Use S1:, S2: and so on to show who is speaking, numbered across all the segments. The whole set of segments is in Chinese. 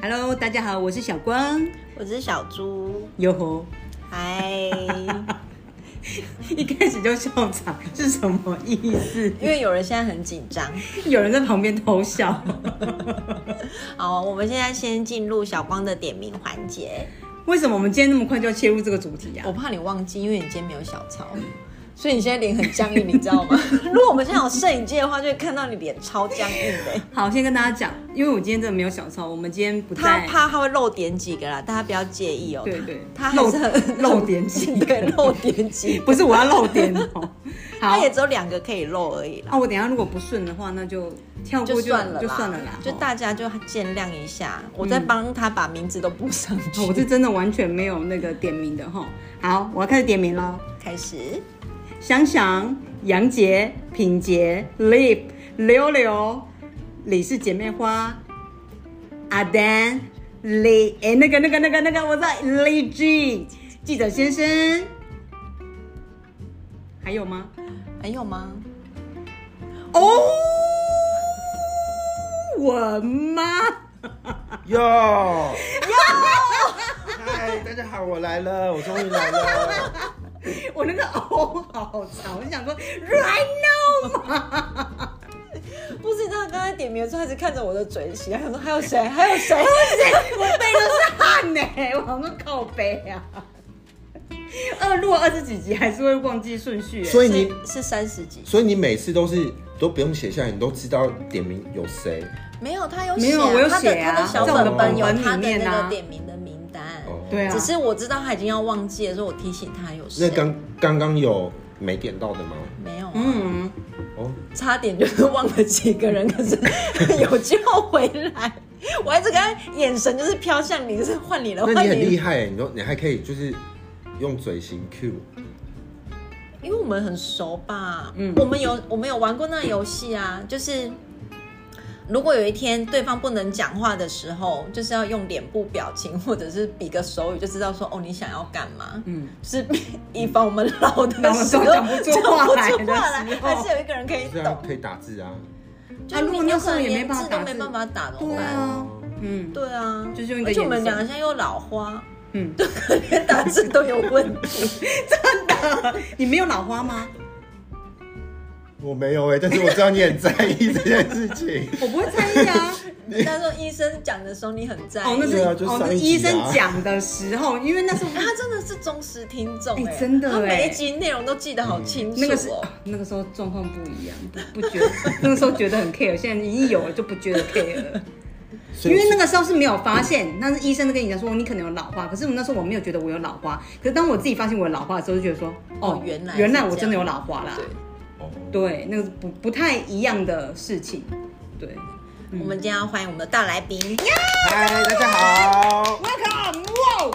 S1: Hello，大家好，我是小光。
S2: 我是小 猪，
S1: 哟吼，
S2: 嗨，
S1: 一开始就笑场是什么意思？
S2: 因为有人现在很紧张。
S1: 有人在旁边偷笑。
S2: 好，我们现在先进入小光的点名环节。
S1: 为什么我们今天那么快就要切入这个主题啊
S2: 我？怕你忘记，因为你今天没有小抄，所以你现在脸很僵硬，你知道 吗？如果我们现在有摄影机的话，就会看到你脸超僵硬的。
S1: 好，先跟大家讲，因为我今天真的没有小抄，我们今天不
S2: 他
S1: 在。
S2: 怕他会漏点几个啦，大家不要介意哦。
S1: 对对
S2: 他还是很
S1: 漏漏点几个
S2: 对，漏点几个，
S1: 不是我要漏点 哦。好
S2: 他也只有两个可以漏而已啦。
S1: 啊，我等一下如果不顺的话，那就跳过就
S2: 就算了啦，哦嗯
S1: 就算了啦。哦
S2: 就
S1: 吼
S2: 大家就见谅一下，我再帮他把名字都补上去。
S1: 哦我是真的完全没有那个点名的哈。好，我要开始点名喽。
S2: 开始，
S1: 想想、杨杰、品杰、Lip、刘刘、李氏姐妹花、阿丹、李哎那个那个那个那个，我知道李 G 记者先生，还有吗？
S2: 还有吗？
S1: 哦，我妈。
S3: 哟嗨，大家好，我来了，我终于来了。
S1: 我那个哦好长，我想说 right now 嘛，
S2: 不知道刚才点名的时候，他一直看着我的嘴型，他想说还有谁？还有谁？
S1: 我背都是汗呢、 我好像靠背啊。二录二十几集还是会忘记顺序、欸，
S3: 所以你，
S2: 是三十几？
S3: 所以你每次都是都不用写下来，你都知道点名有谁
S2: 没有，他有
S1: 没有
S2: 写啊
S1: 我有
S2: 他
S1: 写
S2: 的
S1: 啊
S2: 他的小
S3: 在我的
S2: 本本有
S1: 本
S2: 他
S1: 里面
S2: 的那
S1: 啊
S2: 个点名的名单。
S3: 哦。
S1: 对啊
S2: 只是我知道他已经要忘记了，所以我提醒他有谁。
S3: 那刚刚刚有没点到的吗？
S2: 没有啊，
S1: 嗯，
S3: 哦，
S2: 差点就是忘了几个人，可是 有救回来。我还是跟他眼神就是飘向你，就是换你了，
S1: 哦
S3: 那
S2: 换
S3: 你很
S2: 你
S3: 厉
S2: 了。
S3: 害耶，你都你还可以就是用嘴型 Q，
S2: 因为我们很熟吧，
S1: 嗯
S2: 嗯，我们有我们有玩过那个游戏啊，就是如果有一天对方不能讲话的时候，就是要用脸部表情 或者是比个手语，就知道说哦你想要干嘛，
S1: 嗯
S2: 嗯，就是 以防我们老的时候
S1: 老的时候讲不出话来的
S2: 讲不出
S1: 时
S2: 话来
S1: 候
S2: 还是有一个人可以
S3: 这
S2: 懂
S3: 样，可以打字啊。
S2: 就
S1: 啊
S2: 是
S1: 如果
S2: 你
S1: 那
S2: 有
S1: 时候
S2: 可能
S1: 也没
S2: 连
S1: 办法
S2: 字都
S1: 打
S2: 没
S1: 字
S2: 办法打，怎么
S1: 对
S2: 办？
S1: 啊，嗯
S2: 对啊，
S1: 就是用一个
S2: 而且我们
S1: 眼神
S2: 两个现在又老花，
S1: 嗯，
S2: 连 打字都有问题。
S1: 你没有老花吗？
S3: 我没有哎，但是我知道你很在意这件事情。
S1: 我不会在意啊。
S2: 他说医生讲的时候你很在意，
S1: 哦，那是、
S3: 对啊就是
S1: 哦，
S3: 上
S1: 那
S3: 一集
S1: 医
S3: 啊
S1: 生讲的时候，因为那 是
S2: 哎他真的是忠实听众
S1: 哎
S2: 哎，
S1: 真的
S2: 他每
S1: 哎嗯
S2: 一集内容都记得好清楚
S1: 那个时
S2: 哦。
S1: 那个时候状况不一样，不不觉得那个时候觉得很 care，现在一有了就不觉得 care 了。
S3: 所
S1: 因
S3: 以
S1: 为那个时候是没有发现，但是医生都跟你讲说你可能有老花，可是我那时候我没有觉得我有老花，可是当我自己发现我有老花的时候，就觉得说哦
S2: 哦，原来是
S1: 原来
S2: 这
S1: 我
S2: 样
S1: 真的有老花啦。
S2: 对，
S3: 哦
S1: 对，那个不不太一样的事情。对嗯
S2: 我们今天要欢迎我们的大来宾，
S3: 嗨，大家好，
S1: ，Welcome，哇，哦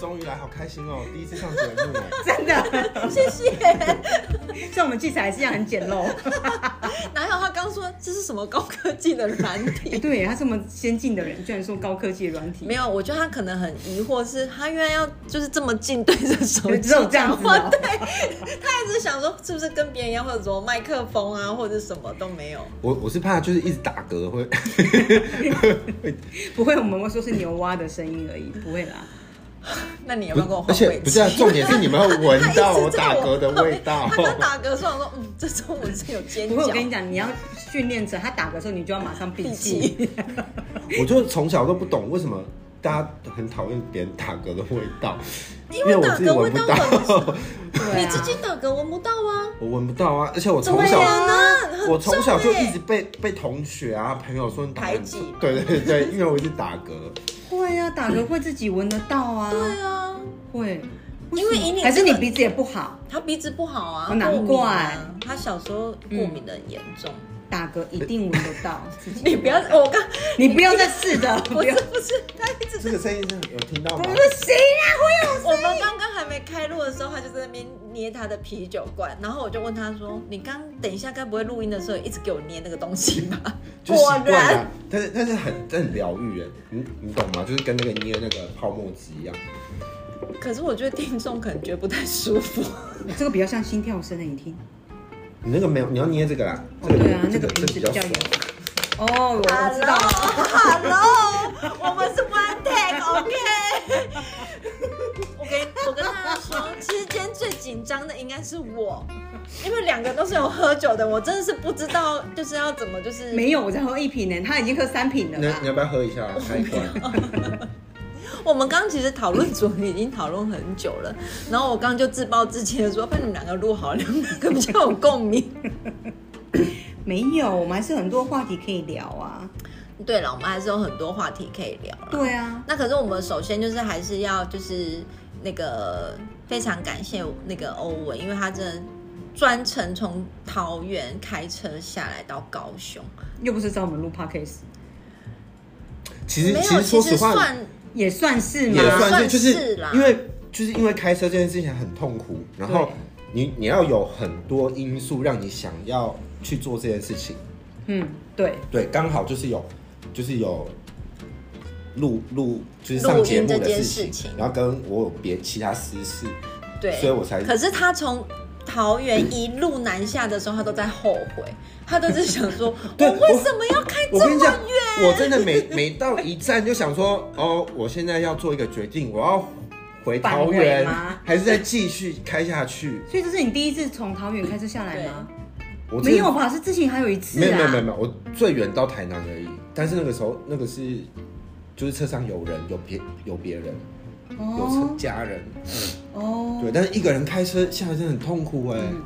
S3: 终于来，好开心哦，第一次上节目 哎。
S1: 真的，
S2: 谢谢。
S1: 像我们器材还是一样很简陋。
S2: 哪有他刚说这是什么高科技的软
S1: 哎，
S2: 体？
S1: 对耶，他这么先进的人，居然说高科技的软体
S2: 没，有，我觉得他可能很疑惑，是他原来要就是这么近对着手 机
S1: 只有这样
S2: 讲
S1: 子
S2: 话，
S1: 哦
S2: 对，他一直想说是不是跟别人一样，或者什么麦克风啊，或者什么都没有。
S3: 我我是怕就是一直打嗝会，
S1: 不会，我们会说是牛蛙的声音而已，不会啦。
S2: 那你有没有跟我
S3: 而
S2: 换
S3: 且
S2: 位
S3: 不
S2: 置？
S3: 是 啊，重点是你们会闻
S2: 他一直在
S3: 到我打嗝的味道
S2: 他。刚打嗝的时候，我说嗯，这中午 是有尖
S1: 不
S2: 叫。
S1: 会，我跟你讲，你要训练着他打嗝的时候，你就要马上闭
S2: 闭
S1: 气。
S2: 气，
S3: 我就从小都不懂为什么大家很讨厌别人打嗝的味道，
S2: 因
S3: 因
S2: 为
S3: 为我自己闻不
S2: 打嗝味道
S3: 到，
S1: 对
S2: 你
S1: 啊
S2: 自己打嗝闻不到啊？
S3: 我闻不到啊！而且我
S2: 怎么
S3: 从
S2: 可
S3: 小，
S2: 能？很
S3: 我从小就
S2: 重欸
S3: 一直被被同学啊朋友说你打嗝
S2: 排挤嘛
S3: 对对对，因为我一直打嗝，
S1: 会啊，打嗝会自己闻得到啊。
S2: 对啊，
S1: 会，
S2: 因为以你
S1: 还是你
S2: 这个
S1: 鼻子也不好，
S2: 他鼻子不好啊，
S1: 哦难
S2: 过敏
S1: 怪
S2: 啊他小时候过敏的很严重。
S1: 打嗝一定闻得 到自己。
S2: 你不要，我刚
S1: 你不要再试的，
S2: 嗯 不
S1: 不
S2: 是
S1: 要，
S2: 不是，他一直
S3: 这个声音是有听到吗
S1: 不？行啊，会有。
S2: 我们刚刚还没开录的时候，他就在那边捏他的啤酒罐，然后我就问他说：“你刚等一下该不会录音的时候一直给我捏那个东西吧？”
S3: 就习
S2: 果
S3: 惯
S2: 然
S3: 了，，但是但是很但很疗愈哎，你你懂吗？就是跟那个捏那个泡沫纸一样。
S2: 可是我觉得听众可能觉得不太舒服。
S1: 这个比较像心跳声的，你听。
S3: 你那个没有，你要捏这个啦，
S1: 哦
S3: 这个、
S1: 对啊，那
S3: 这
S1: 个
S3: 个
S1: 瓶
S3: 这
S1: 子比
S3: 比
S1: 较
S3: 较
S1: 有
S3: 小。。
S1: 哦，我知道了。
S2: Hello，我们是 One Take，OK、我跟我跟大家说，其实今天最紧张的应该是我，因为两个都是有喝酒的，我真的是不知道就是要怎么就是
S1: 没有，我才喝一瓶呢，他已经喝三瓶
S3: 那
S1: 了
S3: 你
S1: 吧？
S3: 要不要喝一下？开 一罐。
S2: 我们刚刚其实讨论主题已经讨论很久了，然后我刚刚就自暴自弃的说，被 你们两个录好了，你们两个比较有共鸣。
S1: 没有，我们还是很多话题可以聊啊。
S2: 对了，我们还是有很多话题可以聊啦。
S1: 对啊，
S2: 那可是我们首先就是还是要就是那个非常感谢那个欧文，因为他真的专程从桃园开车下来到高雄，
S1: 又不是找我们录 podcast，
S3: 其实
S2: 没
S3: 其
S2: 有，
S3: 实
S2: 其
S3: 说
S2: 实
S3: 实话，
S2: 算
S1: 也算是嘛
S3: 也。算
S2: 算
S3: 是就是是
S2: 啦
S3: 因为就是因为开车这件事情很痛苦，然后
S1: 对
S3: 你你要有很多因素让你想要去做这件事情。
S1: 嗯，对，
S3: 对，刚好就是有就是有录录就是
S2: 录
S3: 上
S2: 音
S3: 节目
S2: 这
S3: 的
S2: 件
S3: 事
S2: 事
S3: 情，
S2: 情
S3: 然后跟我有别其他私事，
S2: 对，
S3: 所以我才
S2: 可是他从桃园一路南下的时候，他都在后悔，他都是想说，
S3: 对
S2: 我为
S3: 我
S2: 什么要哎开这
S3: 我跟你
S2: 么
S3: 讲
S2: 远？，
S3: 我真的每每到一站就想说，哦，我现在要做一个决定，我要回桃
S1: 返回
S3: 园
S1: 吗，
S3: 还是再继续开下去？
S1: 所以这是你第一次从桃园开车下来吗？
S3: 我真
S1: 没
S3: 的
S1: 有吧？是之前还有一次
S3: 没有
S1: 啊。
S3: 没有没有没有，我最远到台南而已。但是那个时候，那个是就是车上有人，有别有别人，有车
S1: 哦
S3: 家人，嗯
S1: 哦，
S3: 对。但是一个人开车下来真的很痛苦哎、
S1: 嗯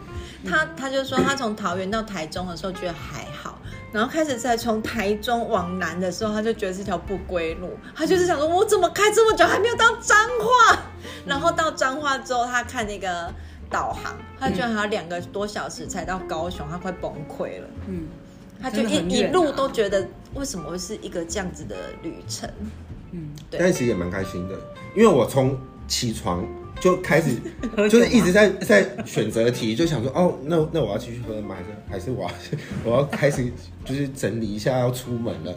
S2: 他他就说他从桃园到台中的时候觉得还好，然后开始在从台中往南的时候，他就觉得是条不归路。他就是想说，我怎么开这么久还没有到彰化？
S1: 嗯
S2: 然后到彰化之后，他看那个导航，他居然还要两个多小时才到高雄，他快崩溃了。
S1: 嗯，
S2: 他就
S1: 真的很
S2: 一一
S1: 远啊
S2: 路都觉得为什么会是一个这样子的旅程？对
S3: 但其实也蛮开心的，因为我从起床就开始
S1: 喝，酒
S3: 就
S1: 吗
S3: 是一直在在选择题，就想说哦，那那我要继续喝吗？还是还是我要我要开始就是整理一下要出门 了。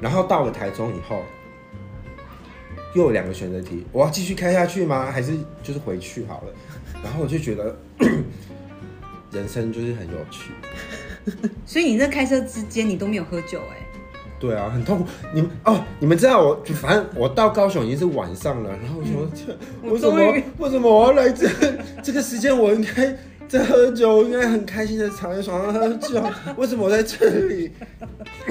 S3: 然后到了台中以后，又有两个选择题，我要继续开下去吗？还是就是回去好了？然后我就觉得 人生就是很有趣，
S1: 所以你在开车之间你都没有喝酒哎、
S3: 对啊，很痛苦。你们哦，你们知道我，反正我到高雄已经是晚上了，然后我想说，这、
S1: 嗯我
S3: 为什么
S1: 终于
S3: 为什么我要来这 这个时间？我应该在喝酒，我应该很开心的躺在床上喝酒，为什么我在这里？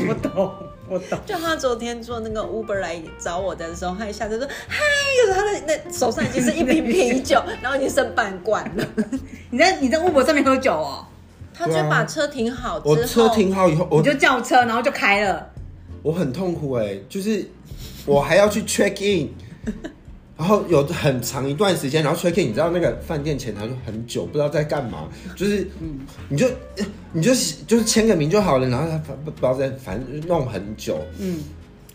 S1: 我 懂，我懂。
S2: 就他昨天坐那个 Uber 来找我的时候，他一下子说嗨，可是他的那手上已经是一 瓶啤酒，然后已经剩半罐了。
S3: 啊
S1: 你在你在微博上面喝酒哦、
S2: 他就把车停好之后，
S3: 我车停好以后，
S1: 你
S3: 我
S1: 就叫车然后就开了。
S3: 我很痛苦哎、就是我还要去 check in，然后有很长一段时间，然后 check in，你知道那个饭店前台就很久，不知道在干嘛，就是你就你就就是签个名就好了，然后他不不不知道在反正弄很久，
S1: 嗯，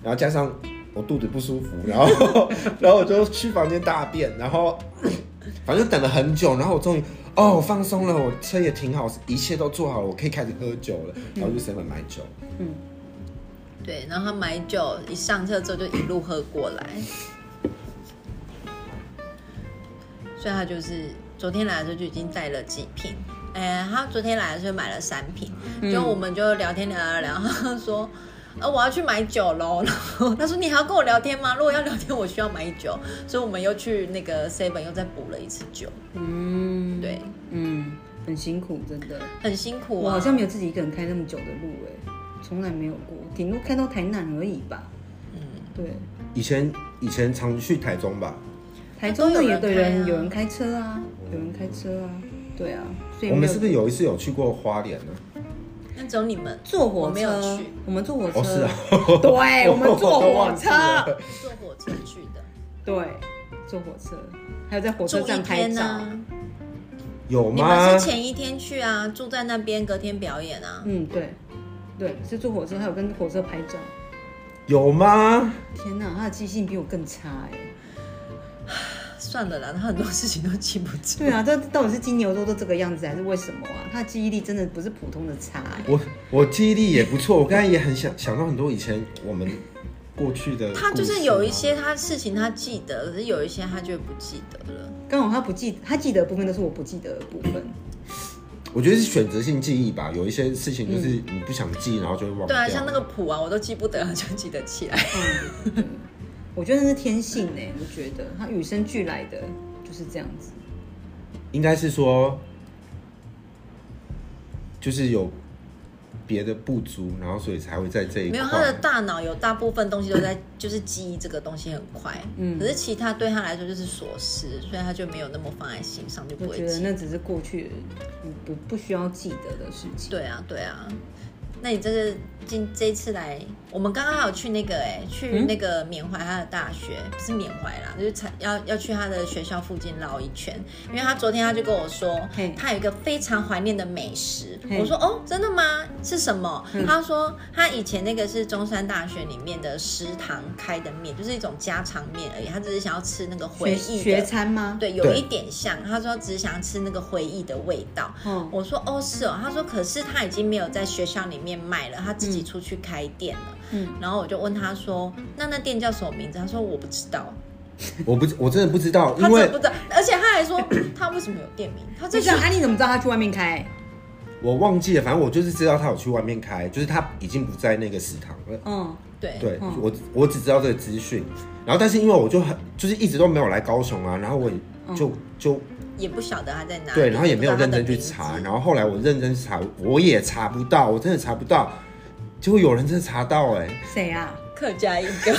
S3: 然后加上我肚子不舒服，然后 然后我就去房间大便，然后 反正等了很久，然后我终于哦我放松了，我车也停好，一切都做好了，我可以开始喝酒了，然后就 seven 买酒。
S2: 对，然后他买酒一上车之后就一路喝过来，所以他就是昨天来的时候就已经带了几瓶。哎，他昨天来的时候买了三瓶，
S1: 嗯
S2: 就我们就聊天聊聊聊，他说。呃，我要去买酒喽。 然后他说：“你还要跟我聊天吗？如果要聊天，我需要买酒。”所以我们又去那个 Seven 又再补了一次酒。
S1: 嗯，
S2: 对，
S1: 嗯，很辛苦，真的。
S2: 很辛苦
S1: 我
S2: 啊。
S1: 好像没有自己一个人开那么久的路哎、从来没有过，顶多开到台南而已吧。嗯，对，
S3: 以前以前常去台中吧，
S1: 台中
S2: 都
S1: 的
S2: 有
S1: 有
S2: 人
S1: 的
S2: 开啊
S1: 人有人开车啊，有人开车啊，对啊，所以
S3: 我
S1: 没
S3: 们
S1: 有
S3: 是不是有一次有去过花莲呢、
S2: 那只有你们
S1: 坐火
S2: 我
S1: 车？
S2: 没有去
S1: 我们坐火车，
S3: 哦，是啊，
S1: 对，我 们坐
S3: 都
S1: 火
S3: 忘记
S1: 车，
S3: 了
S2: 坐火车去的，
S1: 对，坐火车，还有在火车
S2: 住一
S1: 站拍
S2: 天呢、啊
S1: 照，
S3: 有
S2: 你
S3: 吗
S2: 们是？前一天去啊，住在那边，隔天表演啊。
S1: 嗯，对，对，是坐火车，还有跟火车拍照。
S3: 有吗？
S1: 天哪，他的记性比我更差哎。
S2: 算了啦，他很多事情都记不住。
S1: 对啊，这到底是金牛座都这个样子，还是为什么啊？他的记忆力真的不是普通的差哎。
S3: 我我记忆力也不错，我刚才也很想想到很多以前我们过去的故事啊。
S2: 他就是有一些他事情他记得，可是有一些他就不记得了。
S1: 刚好他不记，他记得的部分都是我不记得的部分。
S3: 我觉得是选择性记忆吧，有一些事情就是你不想记，然后就会忘
S2: 嗯对
S3: 掉。
S2: 啊，像那个谱啊，我都记不得，就记得起 来。
S1: 嗯，对我觉得那是天性呢、我觉得它与生俱来的就是这样子。
S3: 应该是说，就是有别的不足，然后所以才会在这一
S2: 没
S3: 块。
S2: 有，他的大脑有大部分东西都在，就是记忆这个东西很快，
S1: 嗯
S2: 可是其他对他来说就是琐事，所以他就没有那么放在心上，就不
S1: 我
S2: 会
S1: 觉得
S2: 记。
S1: 那只是过去你不不需要记得的事情。
S2: 对啊，对啊。那你这个今这一次来，我们刚刚还有去那个哎、
S1: 嗯
S2: 去那个缅怀他的大学，不是缅怀啦，就是才要要去他的学校附近绕一圈，因为他昨天他就跟我说
S1: 嘿，
S2: 他有一个非常怀念的美食。
S1: 嘿
S2: 我说哦，真的吗？是什么？
S1: 嗯
S2: 他说他以前那个是中山大学里面的食堂开的面，就是一种家常面而已，他只是想要吃那个回
S1: 学
S2: 忆
S1: 学
S2: 的。
S1: 餐吗？
S2: 对，有
S3: 对
S2: 一点像，他说只想吃那个回忆的味道。
S1: 哦，
S2: 我说哦是哦，他
S3: 嗯
S2: 说可是他已经没有在学校里面卖了，他自己出去开店了。
S1: 嗯，
S2: 然后我就问他说，那那店叫什么名字？他说我不知道，
S3: 我不，我真的不知道，
S2: 他
S3: 因
S2: 真的
S3: 为啊
S2: 不知道，而且他还说他为什么有店名？他
S1: 这
S2: 这
S1: 样
S2: 想
S1: 安妮怎么知道他去外面开？
S3: 我忘记了，反正我就是知道他有去外面开，就是他已经不在那个食堂了。
S1: 嗯，
S2: 哦对
S3: 对、
S1: 嗯
S3: 我，我只知道这个资讯，然后但是因为我就很就是一直都没有来高雄啊，然后我也就、就
S2: 也不晓得他嗯在哪里，
S3: 对，然后也
S2: 不
S3: 没
S2: 知道
S3: 有认
S2: 他的
S3: 真去
S2: 名字
S3: 查，然后后来我认真查，我也查不到，我真的查不到，结果有人真的查到、哎，
S1: 谁啊？
S2: 客家一 个，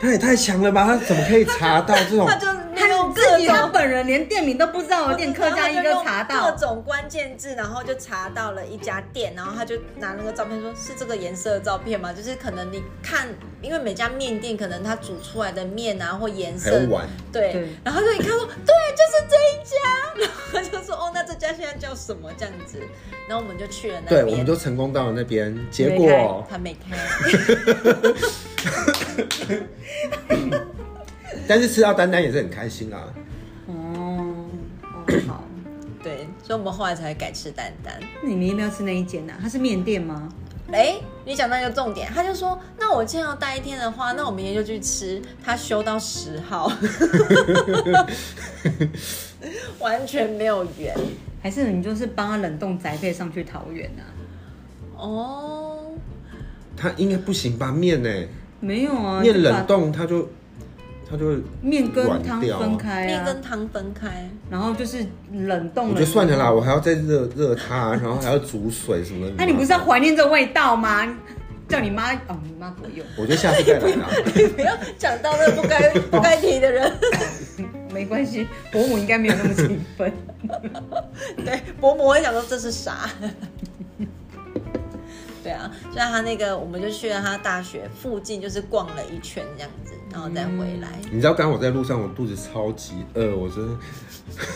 S3: 他也太强了吧，他怎么可以查 到这种
S2: 他？就利
S1: 他
S2: 用
S1: 自
S2: 各
S1: 己他
S2: 种。
S1: 本人连店名都不知
S2: 哦
S1: 道，我店客家一
S2: 然
S1: 个
S2: 后他就
S1: 查
S2: 用
S1: 到
S2: 各，种关键字，然后就查到了一家店，然后他就拿那个照片说：“是这个颜色的照片吗？”就是可能你看，因为每家面店可能它煮出来的面啊或颜
S3: 还有
S2: 色，
S3: 碗，
S2: 对，
S1: 对
S2: 然后就一看说：“对，就是这一家。”然后他就说：“哦，那这家现在叫什么？”这样子，然后我们就去了那
S3: 对，
S2: 边，
S3: 我们就成功到了那边，结
S1: 没开
S3: 果
S2: 他没开，
S3: 但是吃到丹丹也是很开心啊，
S1: 哦，哦好，
S2: 对，所以我们后来才改吃蛋蛋。
S1: 那你们要不要吃那一间呢、啊？它是面店吗？
S2: 哎，你讲到一个重点，他就说，那我既然要待一天的话，那我明天就去吃。他休到十 号，完全没有缘
S1: 还是你就是帮他冷冻宅配上去桃园啊？
S2: 哦。
S3: 他应该不行吧，面欸呢、
S1: 没有啊，
S3: 面
S1: 就把
S3: 冷冻他就他就
S1: 面跟
S3: 软
S1: 汤
S3: 掉啊
S1: 分开
S2: 面
S1: 啊，
S2: 跟汤分开，
S1: 然后就是冷冻
S3: 我
S1: 了。
S3: 觉得算了啦，我还要再热热它，啊然后还要煮水什么的。
S1: 那、你不是要怀念这味道吗？叫你妈哦，你妈不用，
S3: 我觉得下次再来啊啦。
S2: 不要讲到那不该不该提的 人。
S1: 没关系，伯母应该没有那么兴奋。
S2: 对，伯母会想说这是啥？ 对啊，所以他那个我们就去了他大学附近，就是逛了一圈这样子，然后再回来。
S3: 你知道，刚刚我在路上，我肚子超级饿，我真的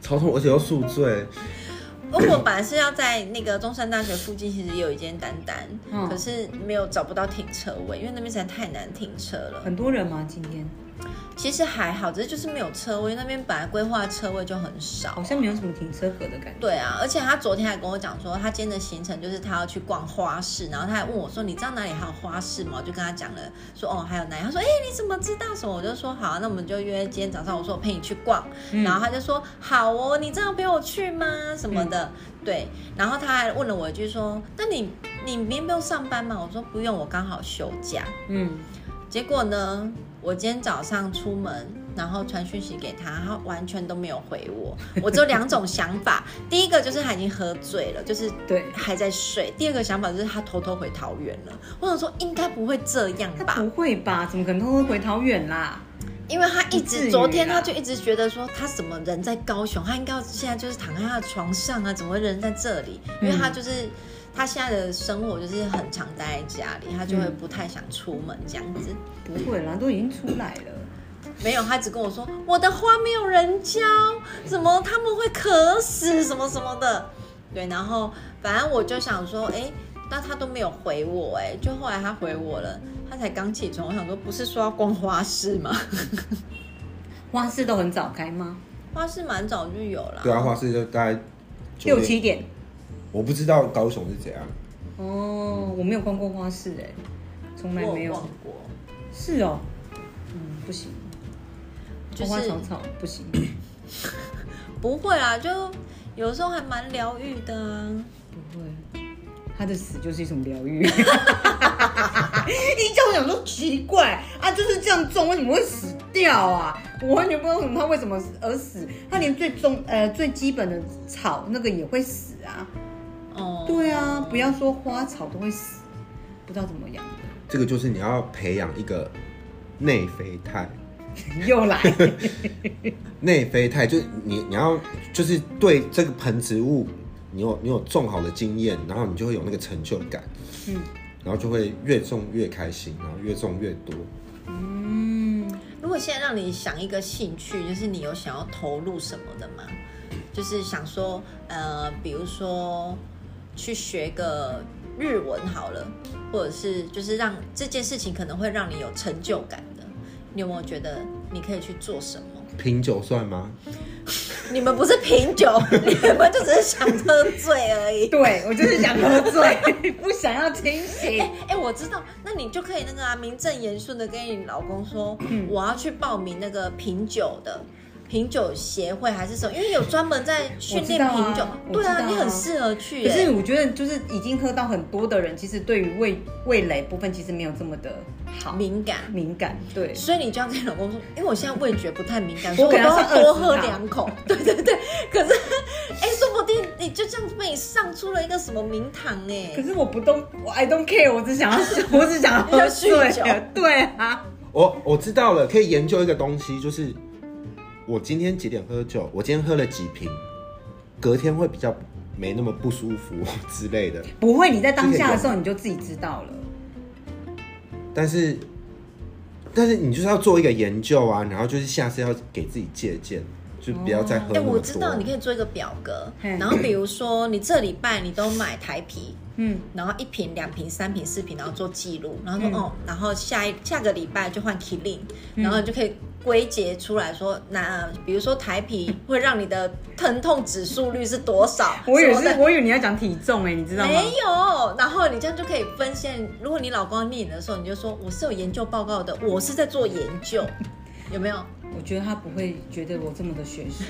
S3: 超痛，而且又宿醉。
S2: 而哦我本来是要在那个中山大学附近，其实也有一间丹丹，
S1: 嗯
S2: 可是没有找不到停车位，因为那边实在太难停车了。
S1: 很多人吗？今天
S2: 其实还好，只是就是没有车位，那边本来规划车位就很
S1: 好
S2: 少。
S1: 像没有什么停车格的感觉。
S2: 对啊，而且他昨天还跟我讲说，他今天的行程就是他要去逛花市，然后他还问我说：“你知道哪里还有花市吗？”我就跟他讲了，说：“哦，还有哪里？”他说：“哎、你怎么知道什么？”我就说：“好啊、那我们就约今天早上。”我说：“我陪你去逛。
S1: 嗯
S2: 然后他就说：“好哦，你这样陪我去吗？”什么的，
S1: 嗯
S2: 对。然后他还问了我一句说：“那你你明天不用上班吗？”我说：“不用，我刚好休假。”
S1: 嗯，
S2: 结果呢，我今天早上出门，然后传讯息给他，他完全都没有回 我。我只有两种想法，第一个就是他已经喝醉了，就是
S1: 对，
S2: 还在睡；第二个想法就是他偷偷回桃园了。我想说应该不会这样
S1: 他
S2: 吧
S1: 不，会吧？怎么可能偷偷回桃园啦？
S2: 因为他一
S1: 不至于啦
S2: 直昨天他就一直觉得说他什么人在高雄，他应该现在就是躺在他的床上啊，怎么会人在这里？因为他就是。他现在的生活就是很常待在家里，他就会
S1: 嗯
S2: 不太想出门这样子。
S1: 不会啦，都已经出来了。
S2: 没有，他只跟我说我的花没有人浇，怎么他们会渴死什么什么的。对，然后反正我就想说，哎，但他都没有回我，哎，就后来他回我了，他才刚起床，我想说不是说要逛花市吗？
S1: 花市都很早开吗？
S2: 花市蛮早就有了，
S3: 对啊，花市就大概九
S1: 六
S3: 点
S1: 七，点。
S3: 我不知道高雄是怎样。
S1: 哦，我没有逛过花市哎、从
S2: 我
S1: 来
S2: 有
S1: 没有
S2: 逛。过，
S1: 是哦，嗯，不行，
S2: 就
S1: 花花
S2: 是
S1: 草草不行。
S2: 不会啊，就有时候还蛮疗愈的啊。
S1: 不会，他的死就是一种疗愈。一叫我想说奇怪啊，就是这样重，为什么会死掉啊？我完全不知道为什么他为什么而死，他连最重呃最基本的草那个也会死啊。
S2: 哦，
S1: 对啊，不要说花草都会死，不知道怎么养的。
S3: 这个就是你要培养一个内啡肽，
S1: 又来，
S3: 内啡肽就是你你要就是对这个盆植物，你有你有种好的经验，然后你就会有那个成就感，
S1: 嗯
S3: 然后就会越种越开心，然后越种越多。
S1: 嗯，
S2: 如果现在让你想一个兴趣，就是你有想要投入什么的吗？就是想说，呃，比如说去学个日文好了，或者是就是让这件事情可能会让你有成就感的，你有没有觉得你可以去做什么？
S3: 品酒算吗？
S2: 你们不是品酒， 你们就只是想喝醉而已。
S1: 对我就是想喝醉， 不想要清醒
S2: 哎、。哎我知道，那你就可以那个啊，名正言顺的跟你老公说，
S1: 嗯
S2: 我要去报名那个品酒的品酒协会还是什么，因为有专门在训
S1: 我知
S2: 练
S1: 道啊
S2: 品酒，
S1: 我
S2: 对
S1: 知道
S2: 啊，
S1: 啊
S2: 你很适合去、欸
S1: 可
S2: 耶
S1: 是我觉得，就是已经喝到很多的人，其实对于味味蕾部分，其实没有这么的好
S2: 敏感，
S1: 敏感。对，
S2: 所以你就要跟老公说，因为我现在味觉不太敏感，
S1: 我
S2: 所以我
S1: 可
S2: 都
S1: 能
S2: 要
S1: 是
S2: 多
S1: 20
S2: 喝
S1: 吧
S2: 两口。对对对，可是哎、说不定你就这样子被你上出了一个什么名堂哎、
S1: 可是我不动，我 I don't care，我只想要， 我只想要喝
S2: 要
S1: 醉
S2: 酗酒。
S1: 对啊，
S3: 我我知道了，可以研究一个东西，就是我今天几点喝酒，我今天喝了几瓶，隔天会比较没那么不舒服 之类的。
S1: 不会，你在当下的时候你就自己知道了。
S3: 但是，但是你就是要做一个研究啊，然后就是下次要给自己借鉴，就不要再喝
S2: 哎、
S3: 那么多。
S2: 我知道，你可以做一个表格，
S1: 嘿
S2: 然后比如说你这礼拜你都买台啤，
S1: 嗯，
S2: 然后一瓶、两瓶、三瓶、四瓶，然后做记录，然后说、
S1: 嗯
S2: 哦，然后下一下个礼拜就换 Killing，
S1: 嗯
S2: 然后你就可以归结出来说，那比如说台啤会让你的疼痛指数率是多少？
S1: 我以为
S2: 什么
S1: 是，
S2: 的
S1: 我以为你要讲体重哎、你知道吗？
S2: 没有，然后你这样就可以分线。如果你老公要念你的时候，你就说我是有研究报告的，我是在做研究，有没有？
S1: 我觉得他不会觉得我这么的学术，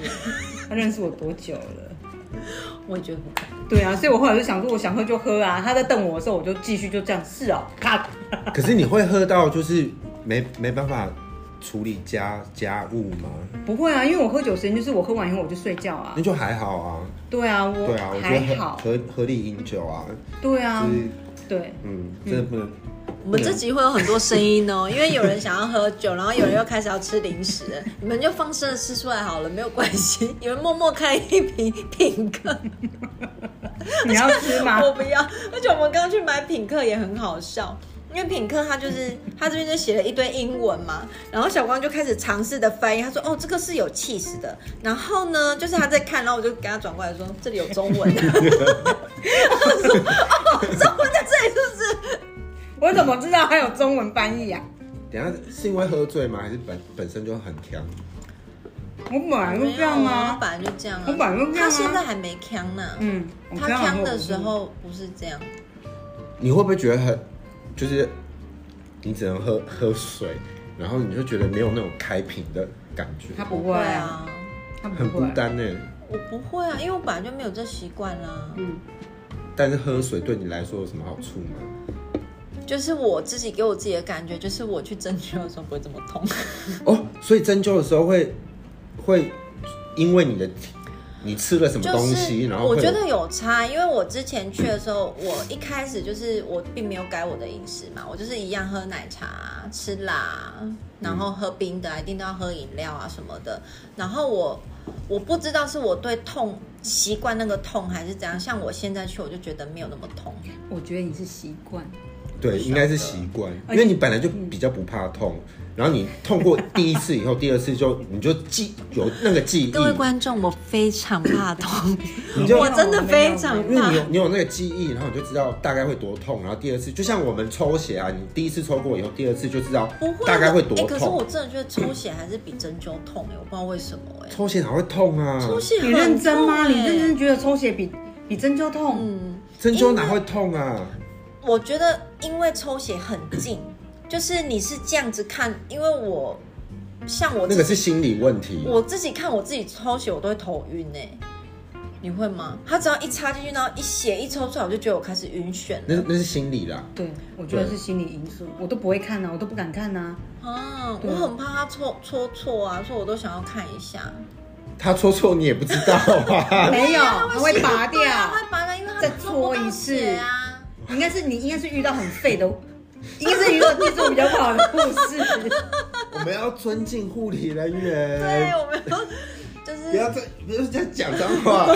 S1: 他认识我多久了？
S2: 我也觉得不可能。
S1: 对啊，所以我后来就想说，我想喝就喝啊。他在瞪我的时候，我就继续就这样，是哦，咔。
S3: 可是你会喝到就是没没办法处理家家务吗？
S1: 不会啊，因为我喝酒时间就是我喝完以后我就睡觉啊
S3: 那。就还好啊。
S1: 对啊，我
S3: 对啊，我觉
S1: 还
S3: 得
S1: 好。
S3: 合合合理饮酒啊，
S1: 对啊
S3: 就，是
S1: 对，
S3: 嗯，真的不能。
S2: 我们这集会有很多声音哦，因为有人想要喝酒，然后有人又开始要吃零食了，你们就放声地吃出来好了，没有关系。 你们默默开一瓶品客，
S1: 你要吃 吗？
S2: 我不要。而且我们刚刚去买品客也很好笑，因为品客他就是他这边就写了一堆英文嘛，然后小光就开始尝试的翻译，他说哦这个是有 cheese 的，然后呢就是他在看，然后我就给他转过来说这里有中文， 然后我说哦中文在这里是不是？
S1: 我怎么知道还有中文翻译啊？
S3: 等一下是因为喝醉吗？还是本本身就很强？
S1: 我本来就
S2: 没
S1: 这
S2: 有
S1: 样
S2: 啊，他
S1: 啊。
S2: 本来就这样啊，
S1: 我本来就这样啊
S2: 他现在还没呛呢，
S1: 嗯，我
S2: 他
S1: 这样喝
S2: 呛的
S1: 嗯我
S2: 时候不是这样，
S3: 你会不会觉得很，就是你只能喝喝水，然后你就觉得没有那种开瓶的感觉，
S1: 他不会，
S2: 啊，
S1: 他不
S3: 很孤
S1: 会。
S3: 单欸呢。
S2: 我不会啊，因为我本来就没有这习惯啊啦，
S1: 嗯，
S3: 但是喝水对你来说有什么好处吗？
S2: 就是我自己给我自己的感觉，就是我去针灸的时候不会这么痛，
S3: 哦，所以针灸的时候会会因为你的你吃了什么
S2: 就
S3: 东西，
S2: 是
S3: 然后
S2: 我
S3: 会有
S2: 觉得有差，因为我之前去的时候，我一开始就是我并没有改我的饮食嘛，我就是一样喝奶茶、啊吃辣，
S3: 嗯
S2: 然后喝冰的啊，一定都要喝饮料啊什么的。然后我我不知道是我对痛习惯那个痛还是怎样，像我现在去我就觉得没有那么痛，
S1: 我觉得你是习惯。
S3: 对，应该是习惯，因为你本来就比较不怕痛，然后你痛过第一次以后，第二次就你就记有那个记忆，
S2: 各位观众，我非常怕痛，
S3: 你 就
S2: 我真的非常
S3: 因为
S2: 怕
S3: 你。有你有那个记忆，然后你就知道大概会多痛，然后第二次就像我们抽血啊，你第一次抽过以后，第二次就知道
S2: 不会，
S3: 大概会多
S2: 哎可是我
S3: 痛。
S2: 真的觉得抽血还是比针灸痛哎、我不知道为什么哎、
S3: 抽血哪会痛啊？
S2: 抽血
S1: 你认真吗？
S2: 很
S1: 你
S2: 痛哎
S1: 认真觉得抽血比比针灸痛？
S2: 嗯，
S3: 针灸哪会痛啊？
S2: 我觉得因为抽血很近，就是你是这样子看，因为我像我
S3: 那
S2: 自
S3: 个
S2: 己，
S3: 是心理问题。
S2: 我自己看我自己抽血，我都会头晕哎、你会吗？他只要一插进去，然后一血一抽出来，我就觉得我开始晕眩了。
S3: 那那是心理啦。
S1: 对，我觉得是心理因素，我都不会看呐、我都不敢看呐、
S2: 啊，
S1: 对，
S2: 我很怕他戳戳错啊，所以我都想要看一下。
S3: 他戳错你也不知道啊
S1: 没有，
S2: 它
S1: 它会拔掉
S2: 对。啊它会拔掉，因为它
S1: 再
S2: 做不
S1: 戳
S2: 到
S1: 一次
S2: 血啊。
S1: 应该是你应该是遇到很 废的，应该是遇到技术比较不好的护士。
S3: 我们要尊敬护理人
S2: 对，
S1: 哎
S3: 员，
S2: 我们要就是
S3: 不要再不要再讲脏 话。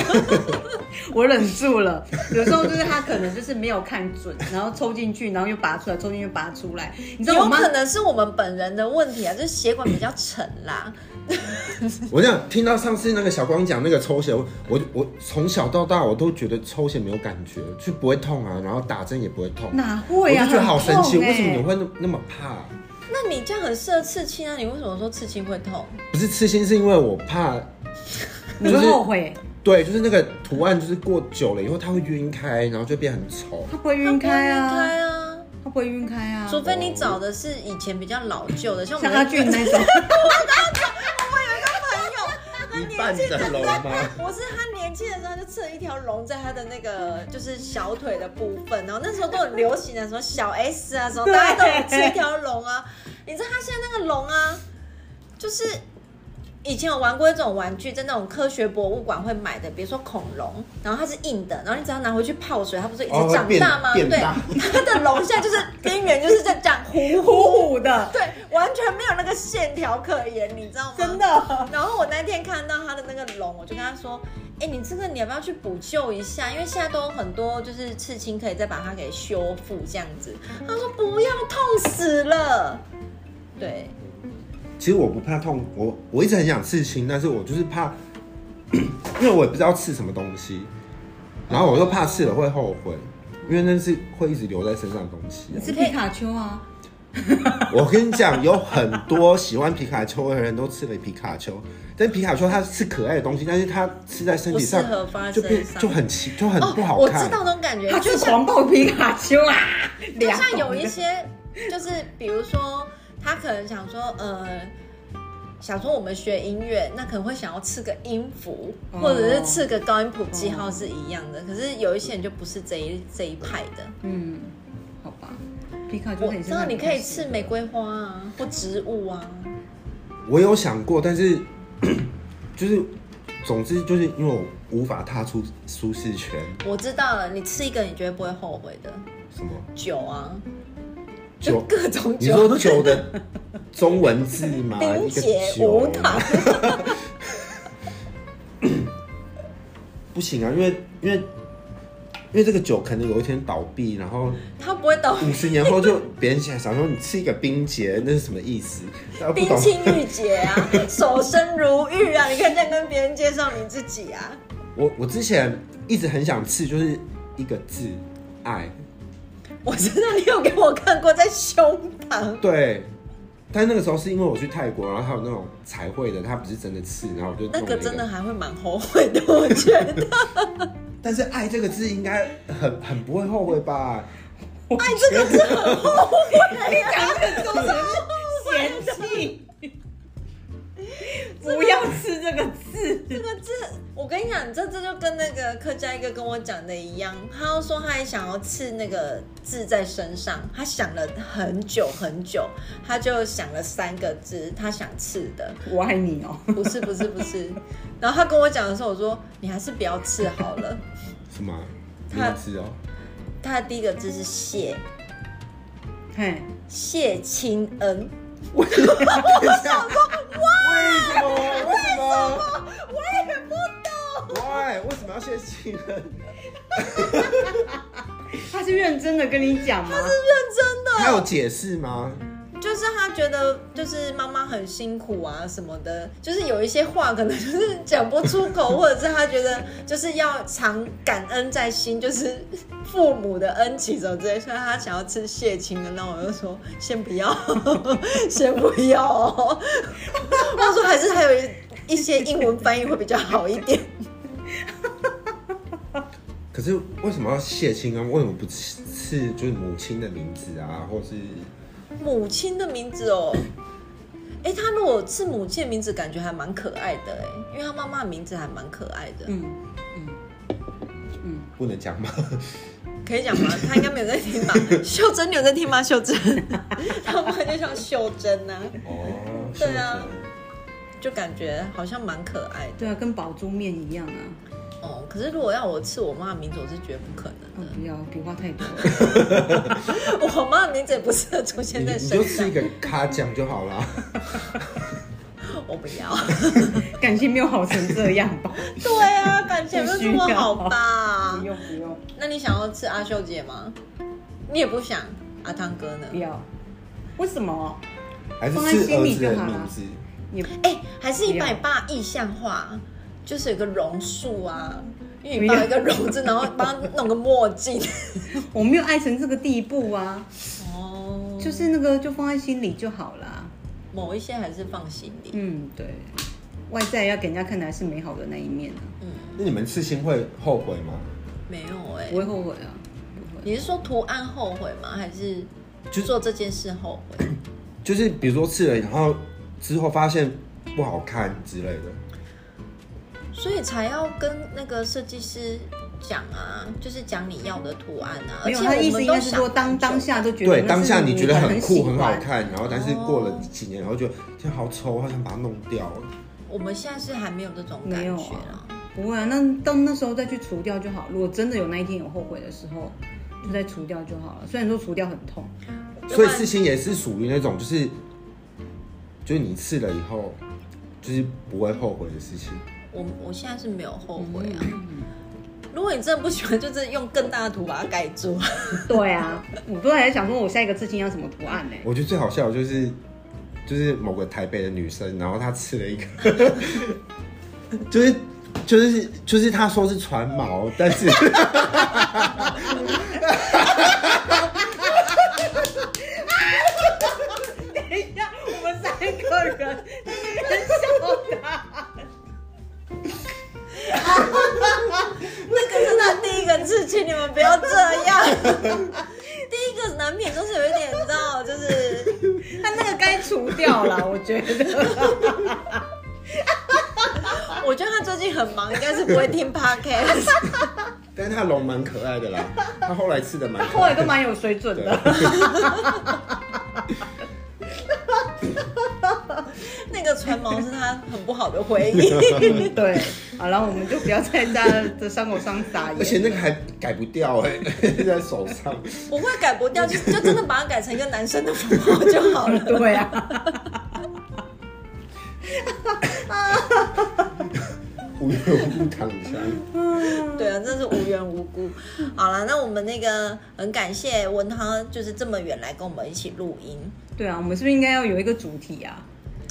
S1: 我忍住了。有时候就是他可能就是没有看准，然后抽进去，然后又拔出来，抽进去又拔出来。你知道我
S2: 有
S1: 妈
S2: 可能是我们本人的问题啊，就是血管比较沉 啦。
S3: 我想听到上次那个小光讲那个抽血，我我我从小到大我都觉得抽血没有感觉，就不会痛啊，然后打针也不会痛，
S1: 哪会啊？
S3: 我就觉得好神奇，
S1: 很痛欸
S3: 为什么你会那那么怕？
S2: 那你这样很适合刺青啊？你为什么说刺青会痛？
S3: 不是刺心，是因为我怕，
S1: 你会后悔？
S3: 对，就是那个图案，就是过久了以后它会晕开，然后就变很丑。
S1: 他不会晕开
S2: 它不会晕
S1: 啊，
S2: 开啊！
S1: 他不会晕开啊，
S2: 除非你找的是以前比较老旧的，像我
S1: 像
S2: 们
S1: 阿俊那种。
S2: 他
S3: 一
S2: 年
S3: 半
S2: 轻的
S3: 的
S2: 时
S3: 龙
S2: 候，
S3: 吗？
S2: 我是他年轻的时候他就刺了一条龙在他的那个就是小腿的部分，然后那时候都很流行的什么小 S 啊什么，
S1: 对
S2: 大家都有刺一条龙啊。你知道他现在那个龙啊，就是以前有玩过一种玩具，在那种科学博物馆会买的，比如说恐龙，然后它是硬的，然后你只要拿回去泡水，它不是一
S3: 哦
S2: 直长
S3: 变
S2: 大吗？
S3: 变
S2: 对
S3: 大，
S2: 它的龙现在就是边缘就是在这样糊糊，
S1: 虎虎的，
S2: 对，完全没有那个线条可言，你知道吗？
S1: 真的。
S2: 然后我那天看到他的那个龙，我就跟他说：“哎、你这个你要不要去补救一下？因为现在都有很多就是刺青可以再把它给修复这样子。”他说：“不要，痛死了。”对，
S3: 其实我不怕痛，我我一直很想刺青，但是我就是怕， 因为我也不知道刺什么东西，然后我又怕刺了会后悔，因为那是会一直留在身上的东西啊、
S1: 你是皮卡丘啊？
S3: 我跟你讲，有很多喜欢皮卡丘的人都吃了皮卡丘，但皮卡丘它是可爱的东西，但是它吃在身体上
S2: 不适合放在
S3: 就变
S2: 身上
S3: 就很奇就很不好
S2: 哦我
S3: 看。
S2: 知道那种感觉，
S1: 他
S2: 就是
S1: 狂
S2: 像
S1: 暴皮卡丘啊！
S2: 就
S1: 两
S2: 像有一
S1: 种
S2: 些，就是比如说，他可能想说，呃，想说我们学音乐，那可能会想要刺个音符，
S1: 哦
S2: 或者是刺个高音谱记号是一样的。可是有一些人就不是这一这一派的。
S1: 嗯，好吧，皮卡丘
S2: 我
S1: 可以
S2: 知
S1: 身上
S2: 道
S1: 很
S2: 你
S1: 多
S2: 可以
S1: 事
S2: 刺玫瑰花啊，或植物啊。
S3: 我有想过，但是 就是总之就是因为我无法踏出舒适圈，
S2: 我知道了，你吃一个你绝对不会后悔的
S3: 什么
S2: 酒啊，就
S3: 酒，
S2: 各种
S3: 你说
S2: 酒，
S3: 酒的中文字吗？
S2: 冰
S3: 一个
S2: 解无
S3: 酒
S2: 糖。
S3: 不行啊，因为因为。因为这个酒可能有一天倒闭，然后
S2: 它不会倒
S3: 五十年后就别人想想说你吃一个冰结，那是什么意思？大家不
S2: 冰
S3: 懂。
S2: 清玉洁啊，守身如玉啊，你可以这样跟别人介绍你自己啊。
S3: 我我之前一直很想刺，就是一个字爱，
S2: 我知道你有给我看过在胸膛，
S3: 对。但那个时候是因为我去泰国，然后还有那种彩绘的，它不是真的刺，然后我就弄了
S2: 那
S3: 一
S2: 个真的。还会蛮后悔的，我觉得。
S3: 但是爱这个字应该很很不会后悔吧？
S2: 哎，这个是很后悔啊，
S1: 讲的都是嫌弃，不要 吃这个字。
S2: 这个字，我跟你讲，这这就跟那个客家一个跟我讲的一样，他要说他也想要刺那个字在身上，他想了很久很久，他就想了三个字，他想刺的，
S1: 我爱你哦。
S2: 不是不是不是。 然后他跟我讲的时候，我说你还是不要刺好了。
S3: 什么？名
S2: 它
S3: 字哦、
S2: 他的第一个字是谢，
S1: 嘿，
S2: 谢亲恩。
S3: 我想说，为什么？为什么？我也不懂。Why？为什么要谢亲人？
S1: 他是认真的跟你讲吗？
S3: 他有解释吗？
S2: 就是他觉得就是妈妈很辛苦啊什么的，就是有一些话可能就是讲不出口，或者是他觉得就是要常感恩在心，就是父母的恩情什么之类，所以他想要吃蟹青的，那我就说先不要，先不要、哦。我说还是还有一一些英文翻译会比较好一点。
S3: 可是为什么要谢亲啊？为什么不是就是母亲的名字啊，或是
S2: 母亲的名字哦。哎、他如果是母亲的名字，感觉还蛮可爱的哎、因为他妈妈的名字还蛮可爱的。
S1: 嗯嗯嗯，
S3: 不能讲吗？
S2: 可以讲吗？他应该没有在听 吧？秀珍，你有在听吗？秀珍， 他妈就叫秀珍啊，
S3: 哦，
S2: 对啊
S3: 是不是
S2: 就感觉好像蛮可爱的
S1: 对啊，跟宝珠面一样啊。
S2: 哦。可是如果要我吃我妈的名字，我是绝不可
S1: 哦
S2: 能的。，
S1: 不要笔画太多了。
S2: 我妈的名字也不适合出现
S3: 你
S2: 在
S3: 你
S1: 啊
S2: 身
S3: 就吃
S2: 上
S3: 一，个卡酱就好啦。
S2: 我不要。
S1: 感情没有好成这样吧？
S2: 对啊，感情没有这么好吧
S1: 不？用不用
S2: 那你想要吃阿秀姐吗？你也不想。阿汤哥呢
S1: 不？要，为什么？
S3: 还是
S1: 放在
S3: 吃
S1: 心
S3: 儿
S1: 里
S3: 子
S1: 就
S3: 的
S1: 好啦
S3: 名字？
S1: 也
S2: 哎、还是一百八意象化，就是有个榕树啊，因为你爸有一个榕字，然后帮他弄个墨镜。
S1: 我没有爱成这个地步啊，
S2: 哦，
S1: 就是那个就放在心里就好啦。
S2: 某一些还是放心里。
S1: 嗯，对，外在要给人家看的还是美好的那一面啊，
S2: 嗯，
S3: 那你们刺青会后悔吗？
S2: 没有哎、
S1: 不会后悔啊，不会。
S2: 你是说图案后悔吗？还是
S3: 就
S2: 做这件事后悔？
S3: 就是比如说刺了，然后之后发现不好看之类的。
S2: 所以才要跟那个设计师讲啊，就是讲你要的图案啊。
S1: 没有，
S2: 而且
S1: 他的意
S2: 我
S1: 思
S2: 们
S1: 应
S2: 都
S1: 该是
S2: 想
S1: 说当当下都觉得
S3: 对，
S1: 那
S3: 当下
S1: 是
S3: 你觉得
S1: 很喜
S3: 酷、
S1: 欢
S3: 很好，看，然后但是
S2: 哦
S3: 过了几年，然后就天好丑，好想把它弄掉。
S2: 我们现在是还没有这种感
S1: 没有
S2: 觉
S1: 啊
S2: 啊。，
S1: 不会啊，那到那时候再去除掉就好。如果真的有那一天有后悔的时候，就再除掉就好了。虽然说除掉很痛，
S3: 所以刺青也是属于那种，就是就是你刺了以后，就是不会后悔的事情。
S2: 我我现在是没有后悔啊。
S1: 嗯
S2: 如果你真的不喜欢，就是用更大的图把它盖住。
S1: 对啊，我都还在想说我下一个刺青要什么图案呢、
S3: 我觉得最好笑的就是就是某个台北的女生，然后她刺了一个，就是就是就是她说是船锚，但是
S1: 等一下，我们三个人，很笑他。
S2: 那个是他第一个刺青，你们不要这样。 第一个难免都是有一点，你知道，就是
S1: 他 那个该除掉了，我觉得。
S2: 我觉得他最近很忙，应该是不会听 podcast。
S3: 但是她龙蛮可爱的啦，她后来刺的蛮可
S1: 后
S3: 爱
S1: 来
S3: 的
S1: 都。蛮有水准
S3: 对
S1: 的。
S2: 那个船锚是他很不好的回忆。
S1: 对，好了，我们就不要在大家的伤口上撒
S3: 而且
S1: 盐。
S3: 那个还改不掉哎、 在手上。
S2: 不会改不掉，就就真的把它改成一个男生的符号就好了。
S1: 对啊，
S3: 无缘无故躺枪，
S2: 对啊，真是无缘无故。好了，那我们那个很感谢文涛，就是这么远来跟我们一起录音。
S1: 对啊，我们是不是应该要有一个主题啊？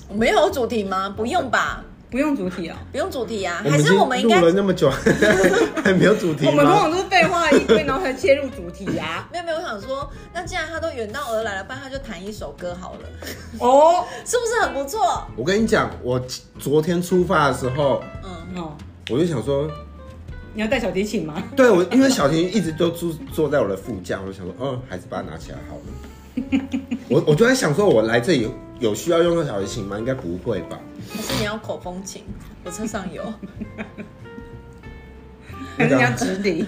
S2: 我们要有主题吗？不用吧，
S1: 不用主题啊、
S2: 不用主题啊，
S3: 我
S2: 还
S3: 们已
S2: 是
S3: 经
S2: 我们应
S3: 录
S2: 该
S3: 了那 么久，还没有主 题
S1: 我们通常
S3: 吗？
S1: 都是废话一堆，然后才切入主题啊。
S2: 没有没有，我想说，那既然他都远道而来了，不然他就弹一首歌好了，
S1: 哦，
S2: 是不是很不错？
S3: 我跟你讲，我昨天出发的时候，
S2: 嗯，
S1: 哦，
S3: 我就想说，
S1: 你要带小提琴吗？
S3: 对我因为小婷一直都坐坐在我的副驾，我就想说，嗯，还是把它拿起来 好了。我我就在想说，我来这里有需要用到小提琴吗？应该不会吧。
S2: 还是你要口风琴？我车上有，
S1: 还是你要直笛？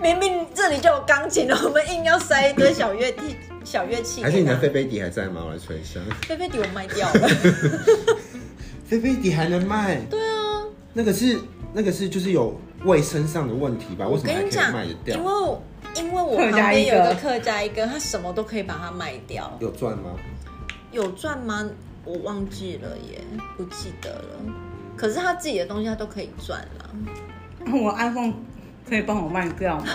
S2: 明明这里就有钢琴了，我们硬要塞一堆小乐器，小乐器给他。
S3: 还是你的飞飞笛还在吗？我来吹一下。
S2: 菲菲迪我卖掉 了？
S3: 飞飞笛还能卖？
S2: 对啊，
S3: 那个是那个是就是有卫生上的问题吧？为
S2: 我
S3: 什么
S2: 跟
S3: 还
S2: 你
S3: 可以
S2: 讲
S3: 卖得，
S2: 因
S3: 掉？
S2: 为因为我
S1: 客
S2: 旁
S1: 家
S2: 边
S1: 一
S2: 有一个
S1: 个
S2: 客家一哥，他什么都可以把它卖掉，
S3: 有赚吗？
S2: 有赚吗？我忘记了耶，不记得了。可是他自己的东西他都可以赚啦。
S1: 我 iPhone 可以帮我卖掉 吗？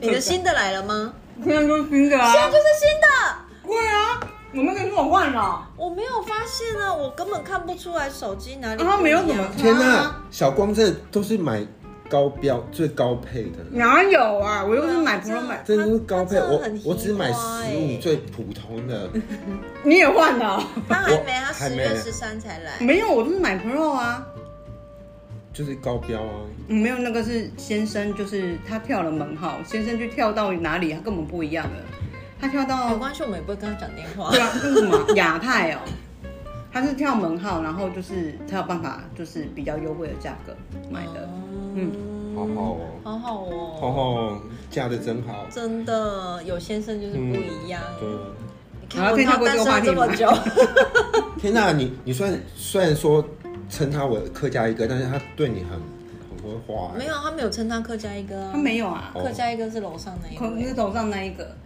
S2: 你的新的来了吗？
S1: 现在都新的啊
S2: 现，在就是新的，
S1: 贵啊，我们跟我换了。
S2: 我没有发现啊，我根本看不出来手机哪里。
S1: 啊没有怎么
S3: 天哪、
S1: 啊
S3: 小光这都是买高标最高配的，
S1: 哪有啊？我又不是买
S2: 对啊
S1: Pro 买，
S3: 这都是高配。
S2: 嗯他真的
S3: 我
S2: 很
S3: 我只买
S2: 奇
S3: 十
S2: 怪
S3: 五最普 通的，
S1: 你也换了哦？
S2: 他还没，
S3: 我
S2: 他
S3: 还
S2: 十
S3: 没
S2: 月十三才来。
S1: 没有，我就是买 Pro 啊。
S3: 就是高标啊。
S1: 嗯没有那个是先生，就是他跳了门号，先生就跳到哪里，他根本不一样了。他跳
S2: 没
S1: 到啊
S2: 关系，我们也不会跟他讲电话
S1: 对。啊，那个什么亚太哦，它是跳门号，然后就是才有办法就是比较优惠的价格买的。
S2: 嗯
S3: 好好哦
S2: 哦好好哦，
S3: 红红嫁的真好，
S2: 真的有先生就是不一样。
S3: 嗯
S2: 你
S3: 对，
S1: 好了可
S2: 看我
S1: 以跳
S2: 他
S1: 过
S2: 单
S1: 这个
S2: 身
S1: 话
S2: 了
S1: 题
S2: 这么久，
S3: 天哪、你你虽然虽然说称他为客家一哥，但是他对你很很会 花、
S2: 没
S3: 欸，
S2: 有他没有称他客家一哥啊，
S1: 它没有啊，
S2: 客家一哥是楼上那一
S1: 可是
S2: 位，
S1: 头上那一个，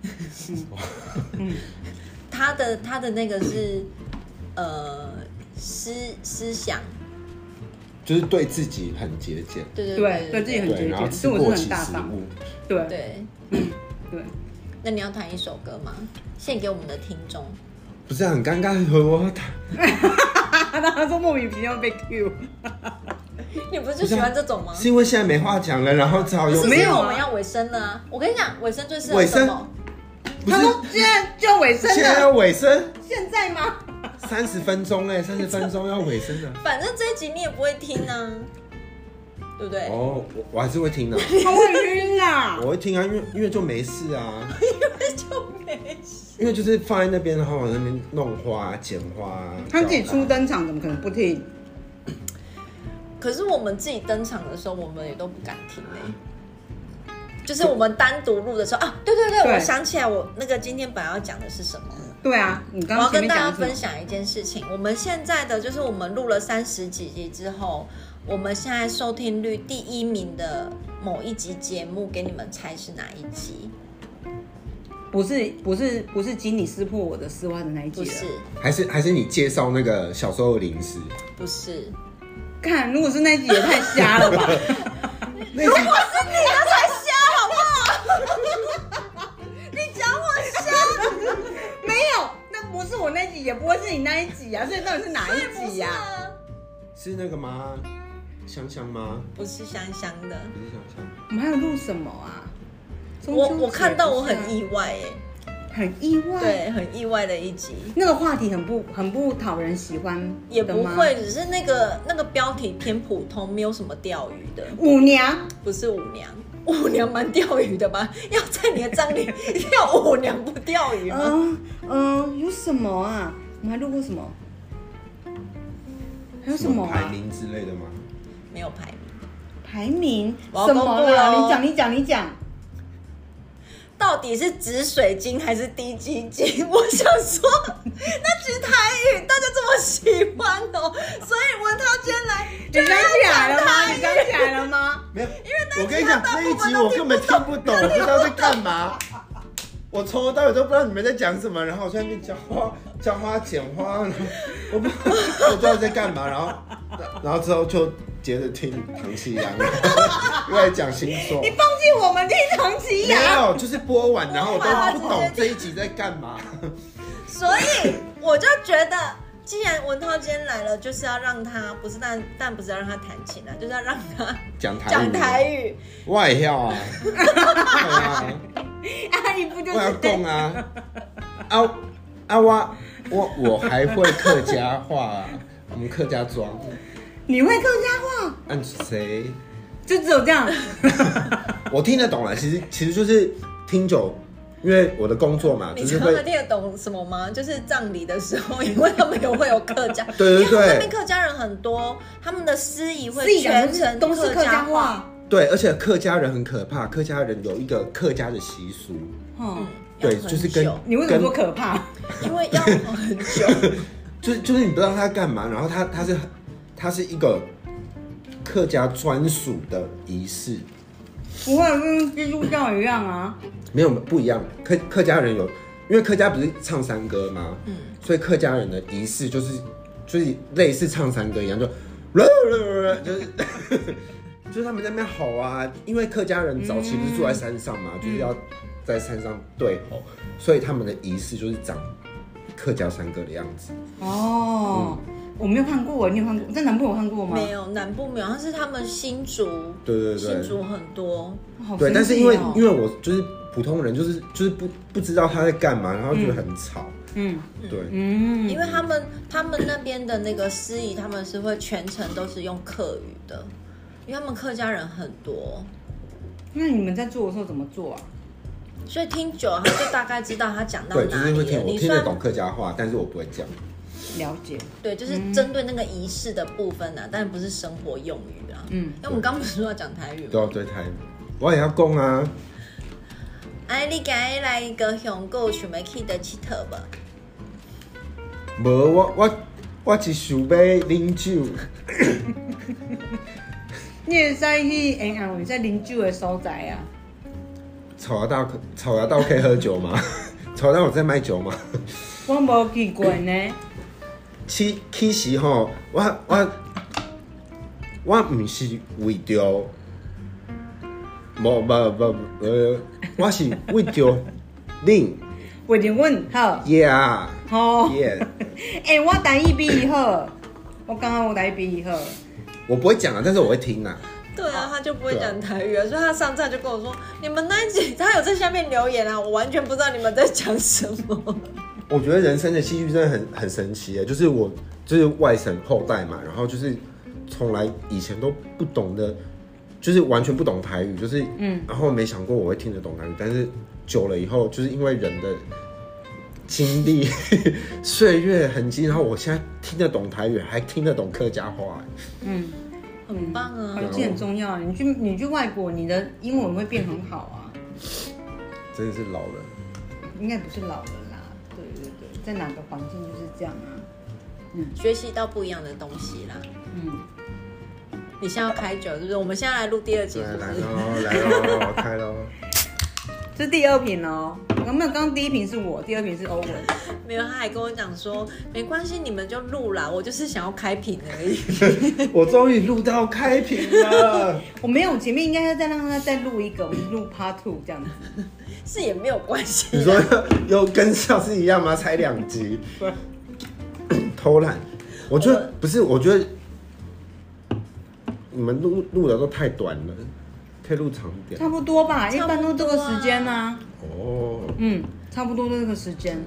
S2: 他的他的那个是呃思思想，
S3: 就是对自己很节俭，
S2: 对对
S1: 对，对自哎己很
S3: 对，
S1: 节
S3: 然后
S1: 俭，
S3: 吃
S1: 所以我
S3: 过
S1: 是
S3: 期
S1: 很大
S3: 食
S1: 方。
S3: 物，
S1: 对
S2: 对。
S1: 对，
S2: 那你要弹一首歌吗？献给我们的听众。
S3: 不是很尴尬，我要打
S1: 他啊 他说莫名其妙被 Q，
S2: 你不是就喜欢这种吗？
S3: 是因为现在没话讲了，然后只好
S2: 不
S3: 用
S2: 是
S1: 没有啊
S2: 是我们要尾声了啊！我跟你讲，尾声最适合什
S3: 尾
S2: 么
S3: 声？不是
S1: 他说现在就要尾声
S3: 现在要
S1: 了，
S3: 尾声，
S1: 现在吗？
S3: 三十分钟嘞，三十分钟要尾声了。
S2: 反正这一集你也不会听啊，对不对？
S3: 哦，我我还是会听的，
S1: 他会晕啊！
S3: 我会听啊，因为因为就没事啊，
S2: 就没事。
S3: 因为就是放在那边，然后往那边弄花、啊剪花。
S1: 他自己
S3: 浇花
S1: 初登场，怎么可能不听？
S2: 可是我们自己登场的时候，我们也都不敢听呢、就是我们单独录的时候啊，对对对，
S1: 对
S2: 我想起来，我那个今天本来要讲的是什么了？
S1: 对啊，你刚
S2: 我要
S1: 刚前
S2: 跟
S1: 面
S2: 大家
S1: 讲的
S2: 分
S1: 是什
S2: 享一件事情，我们现在的就是我们录了三十几集之后，我们现在收听率第一名的某一集节目，给你们猜是哪一集？
S1: 么？不是不是不是经理撕破我的丝袜的那一集
S2: 不
S1: 了。
S2: 是，
S3: 还是还是你介绍那个小时候的零食，
S2: 不是，
S1: 看，如果是那一集也太瞎了 吧！
S3: 那
S2: 你
S3: 一集
S2: 要才瞎好不好？ 你讲我瞎，
S1: 没有，那不是我那一集，也不会是你那一集啊，所以到底是哪一集呀、
S2: 哎
S1: 啊？
S3: 是那个吗？香香吗？
S2: 不是香香的，
S3: 不是香香，
S1: 我们还有录什么啊？中
S2: 我
S1: 秋节
S2: 我看到我很
S1: 不
S2: 意外哎、
S1: 是啊很意外，，
S2: 对，很意外的一集。
S1: 那个话题很不很不讨人喜欢的吗，
S2: 也不会，只是那个那个标题偏普通，没有什么钓鱼的。
S1: 舞娘，
S2: 不是舞 娘，舞娘蛮钓鱼的吧？要在你的葬 礼跳舞娘不钓鱼吗？
S1: 嗯嗯，有什么啊？我们还录过什么？还有什么
S3: 排
S1: 啊？
S3: 名之类的吗？
S2: 没有排名，
S1: 排名
S2: 我要
S1: 什
S2: 公布
S1: 么啦？
S2: 咯
S1: 你讲，你讲，你讲。
S2: 到底是紫水晶还是低基金？ 我想说，那句台语大家这么喜欢 哦，所以文涛今天来，啊
S1: 你想起来了吗？啊你想起来了吗？
S3: 没有，因
S2: 那一集
S3: 为我跟你讲，
S2: 他大
S3: 那
S2: 部
S3: 一
S2: 分
S3: 集
S2: 都
S3: 我
S2: 听
S3: 根本听不懂，我不知道在干嘛。我从头到尾都不知道你们在讲什么，然后我在那边浇花、浇花、剪花，然后我不我不知道在干嘛，然后然后之后就接着听唐奇阳，又在讲星座
S1: 你，放弃我们听唐奇
S3: 没
S1: 雅，
S3: 有，就是播完，然后我都不
S2: 播完
S3: 懂这一集在干嘛。
S2: 所以我就觉得。既然文涛今天来了，就是要让他不是但但不是要让他弹琴啊，就是要让他
S3: 讲台
S2: 讲
S3: 语，
S2: 台语。
S3: 我也要啊，对啊
S1: 阿姨哎不就
S3: 我要
S1: 是
S3: 讲啊，啊啊我我我还会客家话、啊，我们客家庄，
S1: 你会客家话？
S3: 按谁？
S1: 就只有这样。
S3: 我听得懂了，其实其实就是听久，因为我的工作嘛，
S2: 你
S3: 就
S2: 知
S3: 是
S2: 道他
S3: 会
S2: 们听得懂什么吗？就是葬礼的时候，因为他们有会有客家，
S3: 对对
S2: 因为他们
S3: 对
S2: 那边客家人很多，他们的司仪
S1: 自
S2: 会
S1: 己讲
S2: 全
S1: 都
S2: 程
S1: 是都是客
S2: 家
S1: 家。话。
S3: 对，而且客家人很可怕，客家人有一个客家的习俗，
S1: 嗯
S2: 嗯，，要
S3: 对，
S2: 很
S3: 就是 跟
S2: 久
S1: 你为什么说
S3: 跟
S1: 可怕？
S2: 因为要很久，
S3: 就是就是你不知道他干嘛，然后他他是他是一个客家专属的仪式，
S1: 不会跟基督教一样啊。
S3: 没有不一样，客客家人有，因为客家不是唱山歌吗？
S2: 嗯
S3: 所以客家人的仪式就是就是类似唱山歌一样，就 就是 就是他们在那边吼啊，因为客家人早期不是住在山上
S1: 嗯
S3: 嘛，就是要在山上对吼，所以他们的仪式就是长客家山歌的样子。
S1: 哦，我没有看过，你有看过？在南部有看过吗？
S2: 没有南部没有，但是他们新竹，
S3: 对对对
S2: 新竹很多，
S1: 好神奇哦。
S3: 对，但是因为因为我就是普通人，就是就是不不知道他在干嘛，然后就很吵。
S1: 嗯
S3: 对，
S1: 嗯，
S2: 因为他们他们那边的那个司仪，他们是会全程都是用客语的，因为他们客家人很多，
S1: 那你们在做的时候怎么做啊？
S2: 所以听久了他就大概知道他讲到
S3: 对，就
S2: 哪
S3: 是
S2: 里
S3: 会
S2: 了。
S3: 听我
S2: 你
S3: 听得
S2: 算
S3: 懂客家话，但是我不会讲。
S1: 了解，
S2: 对，就是
S3: 嗯
S2: 针对那个仪式的部分呢、啊，但不是生活用语啊。
S1: 嗯，
S2: 因为我们刚不是说要讲台语吗？
S3: 都要对台语，我也要讲啊。
S2: 哎，你今日来一个香港想要去的佚佗无？
S3: 无我我我是想要啉酒，
S1: 你会使去沿岸有在啉酒的所在啊？
S3: 草芽道草芽道可以喝酒 吗？草芽道有在卖酒吗？
S1: 我无去过呢。
S3: 其其实吼，我我我毋是为着，无无无呃，我是为着恁
S1: 为着阮好，
S3: ，yeah
S1: 吼，
S3: yeah，
S1: 诶，我台语比伊好，我感觉我台语比伊好。
S3: 我不会讲啊，但是我会听啊。
S2: 对啊，他就不会讲台语啊，所以他上站就跟我说：“你们那一集他有在下面留言啊，我完全不知道你们在讲什
S3: 嗯
S2: 么。
S3: 我觉得人生的戏剧真的很很神奇耶，就是我就是外省后代嘛，然后就是从来以前都不懂的，就是完全不懂台语，就是
S1: 嗯，
S3: 然后没想过我会听得懂台语，但是久了以后，就是因为人的经历、岁月痕迹，然后我现在听得懂台语，还听得懂客家话耶，
S1: 嗯，”
S2: 很棒啊！
S1: 环境很重要。你去你去外国，你的英文会变很好啊，
S3: 真的是老了。
S1: 应该不是老了啦。对对对，在哪个环境就是这样啊。
S2: 学习到不一样的东西啦。
S1: 嗯，
S2: 你现在要开酒是不是？我们现在来录第二集
S3: 对，
S2: 是不
S3: 来
S2: 是？
S3: 喽，来喽，开喽。
S1: 这是第二瓶哦。有没有？刚刚第一瓶是我，第二瓶是欧文。
S2: 没有，他还跟我讲说没关系，你们就录啦，我就是想要开瓶而 已。
S3: 我终于录到开屏了，
S1: 我没有，前面应该要再让他再录一个，我们录 Part Two 这样子。
S2: 是也没有关系
S3: 你
S2: 啦。
S3: 说又跟上次一样吗？才两集。 偷懒。我觉得不是，我觉得你们录录的都太短了，可以录长一点
S1: 差。不多吧，一
S2: 差不多啊
S1: 般都这个时间啊。
S3: 哦，
S1: 嗯，差不多都这个时间。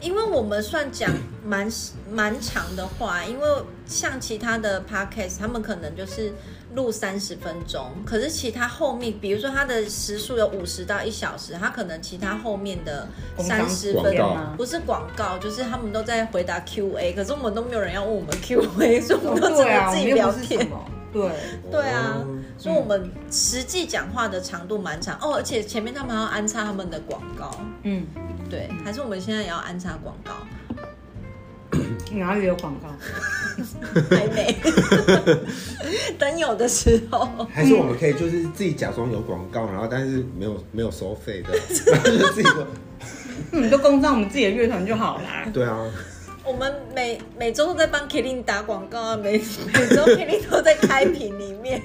S2: 因为我们算讲蛮蛮长的话，因为像其他的 podcast，他们可能就是录三十分钟，可是其他后面，比如说它的时速有五十到一小时，它可能其他后面的
S1: 工商
S2: 三十
S3: 广
S2: 分
S3: 告
S2: 钟不是广告，就是他们都在回答 Q&A，可是我们都没有人要问我们 Q&A，所以哦我们都只
S1: 对啊，我
S2: 能自
S1: 们
S2: 己
S1: 又
S2: 聊
S1: 不是什
S2: 天。
S1: 么。对，
S2: 对啊
S3: 哦，
S2: 所以我们实际讲话的长度蛮长哦，而且前面他们还要安插他们的广告，
S1: 嗯，
S2: 对，还是我们现在也要安插广告。
S1: 哪里有广告？
S2: 还没，等有的时候。
S3: 还是我们可以就是自己假装有广告，然后但是没有没有收费 的，然后就自己说。
S1: 嗯，你就攻上我们自己的乐团就好啦。
S3: 对啊，
S2: 我们每每周都在帮 Killing 打广告啊，每每周 Killing 都在开屏里 面，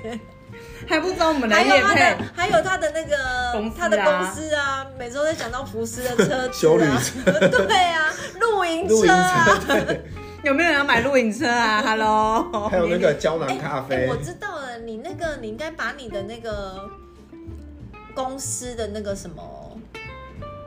S1: 还不知道我们来
S2: 还有
S1: 夜
S2: 他
S1: 配
S2: 的，还有他的那个
S1: 公司啊
S2: 他的公司啊，每周在讲到福斯的车子、啊、
S3: 修旅
S2: 对啊，露营
S3: 露营
S2: 车啊。
S3: 车，对，
S1: 有没有人要买露营车 啊？Hello，
S3: 还有那 个胶囊
S2: 哎
S3: 咖
S2: 哎
S3: 啡
S2: 我，知道了，你那个你应该把你的那个公司的那个什么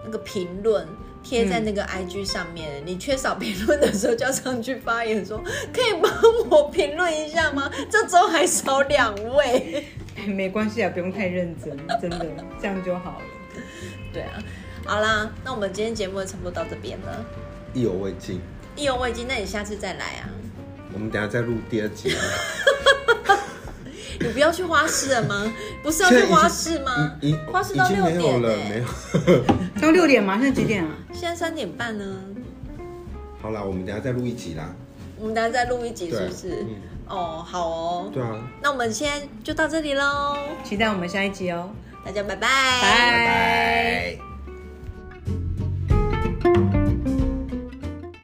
S2: 那个评论贴在
S3: 嗯
S2: 那个 IG 上面。你缺少评论的时候，就要上去发言说，可以帮我评论一下 吗？这周还少两位。
S1: 没关系啊，不用太认真，真的这样就好了。
S2: 对啊，好啦，那我们今天节目就差不多到这边了。
S3: 意犹未尽。
S2: 意犹未尽，那你下次再来啊！
S3: 我们等一下再录第二集。
S2: 你不要去花市了吗？不是要
S3: 现
S2: 去
S3: 在已经
S2: 花市吗？
S3: 已
S2: 花市
S3: 已
S2: 到
S3: 经
S2: 六
S3: 没有
S2: 点呢、哎欸
S3: 了，没有。
S1: 到六点吗？现在几点啊？
S2: 现在三点半呢。
S3: 好啦，我们等一下再录一集啦。
S2: 我们等下再录一集，
S3: 对
S2: 是不是？
S3: 嗯
S2: 哦，好哦。
S3: 对啊，
S2: 那我们今天就到这里喽，
S1: 期待我们下一集哦，
S2: 大家拜拜，
S1: 拜
S3: 拜。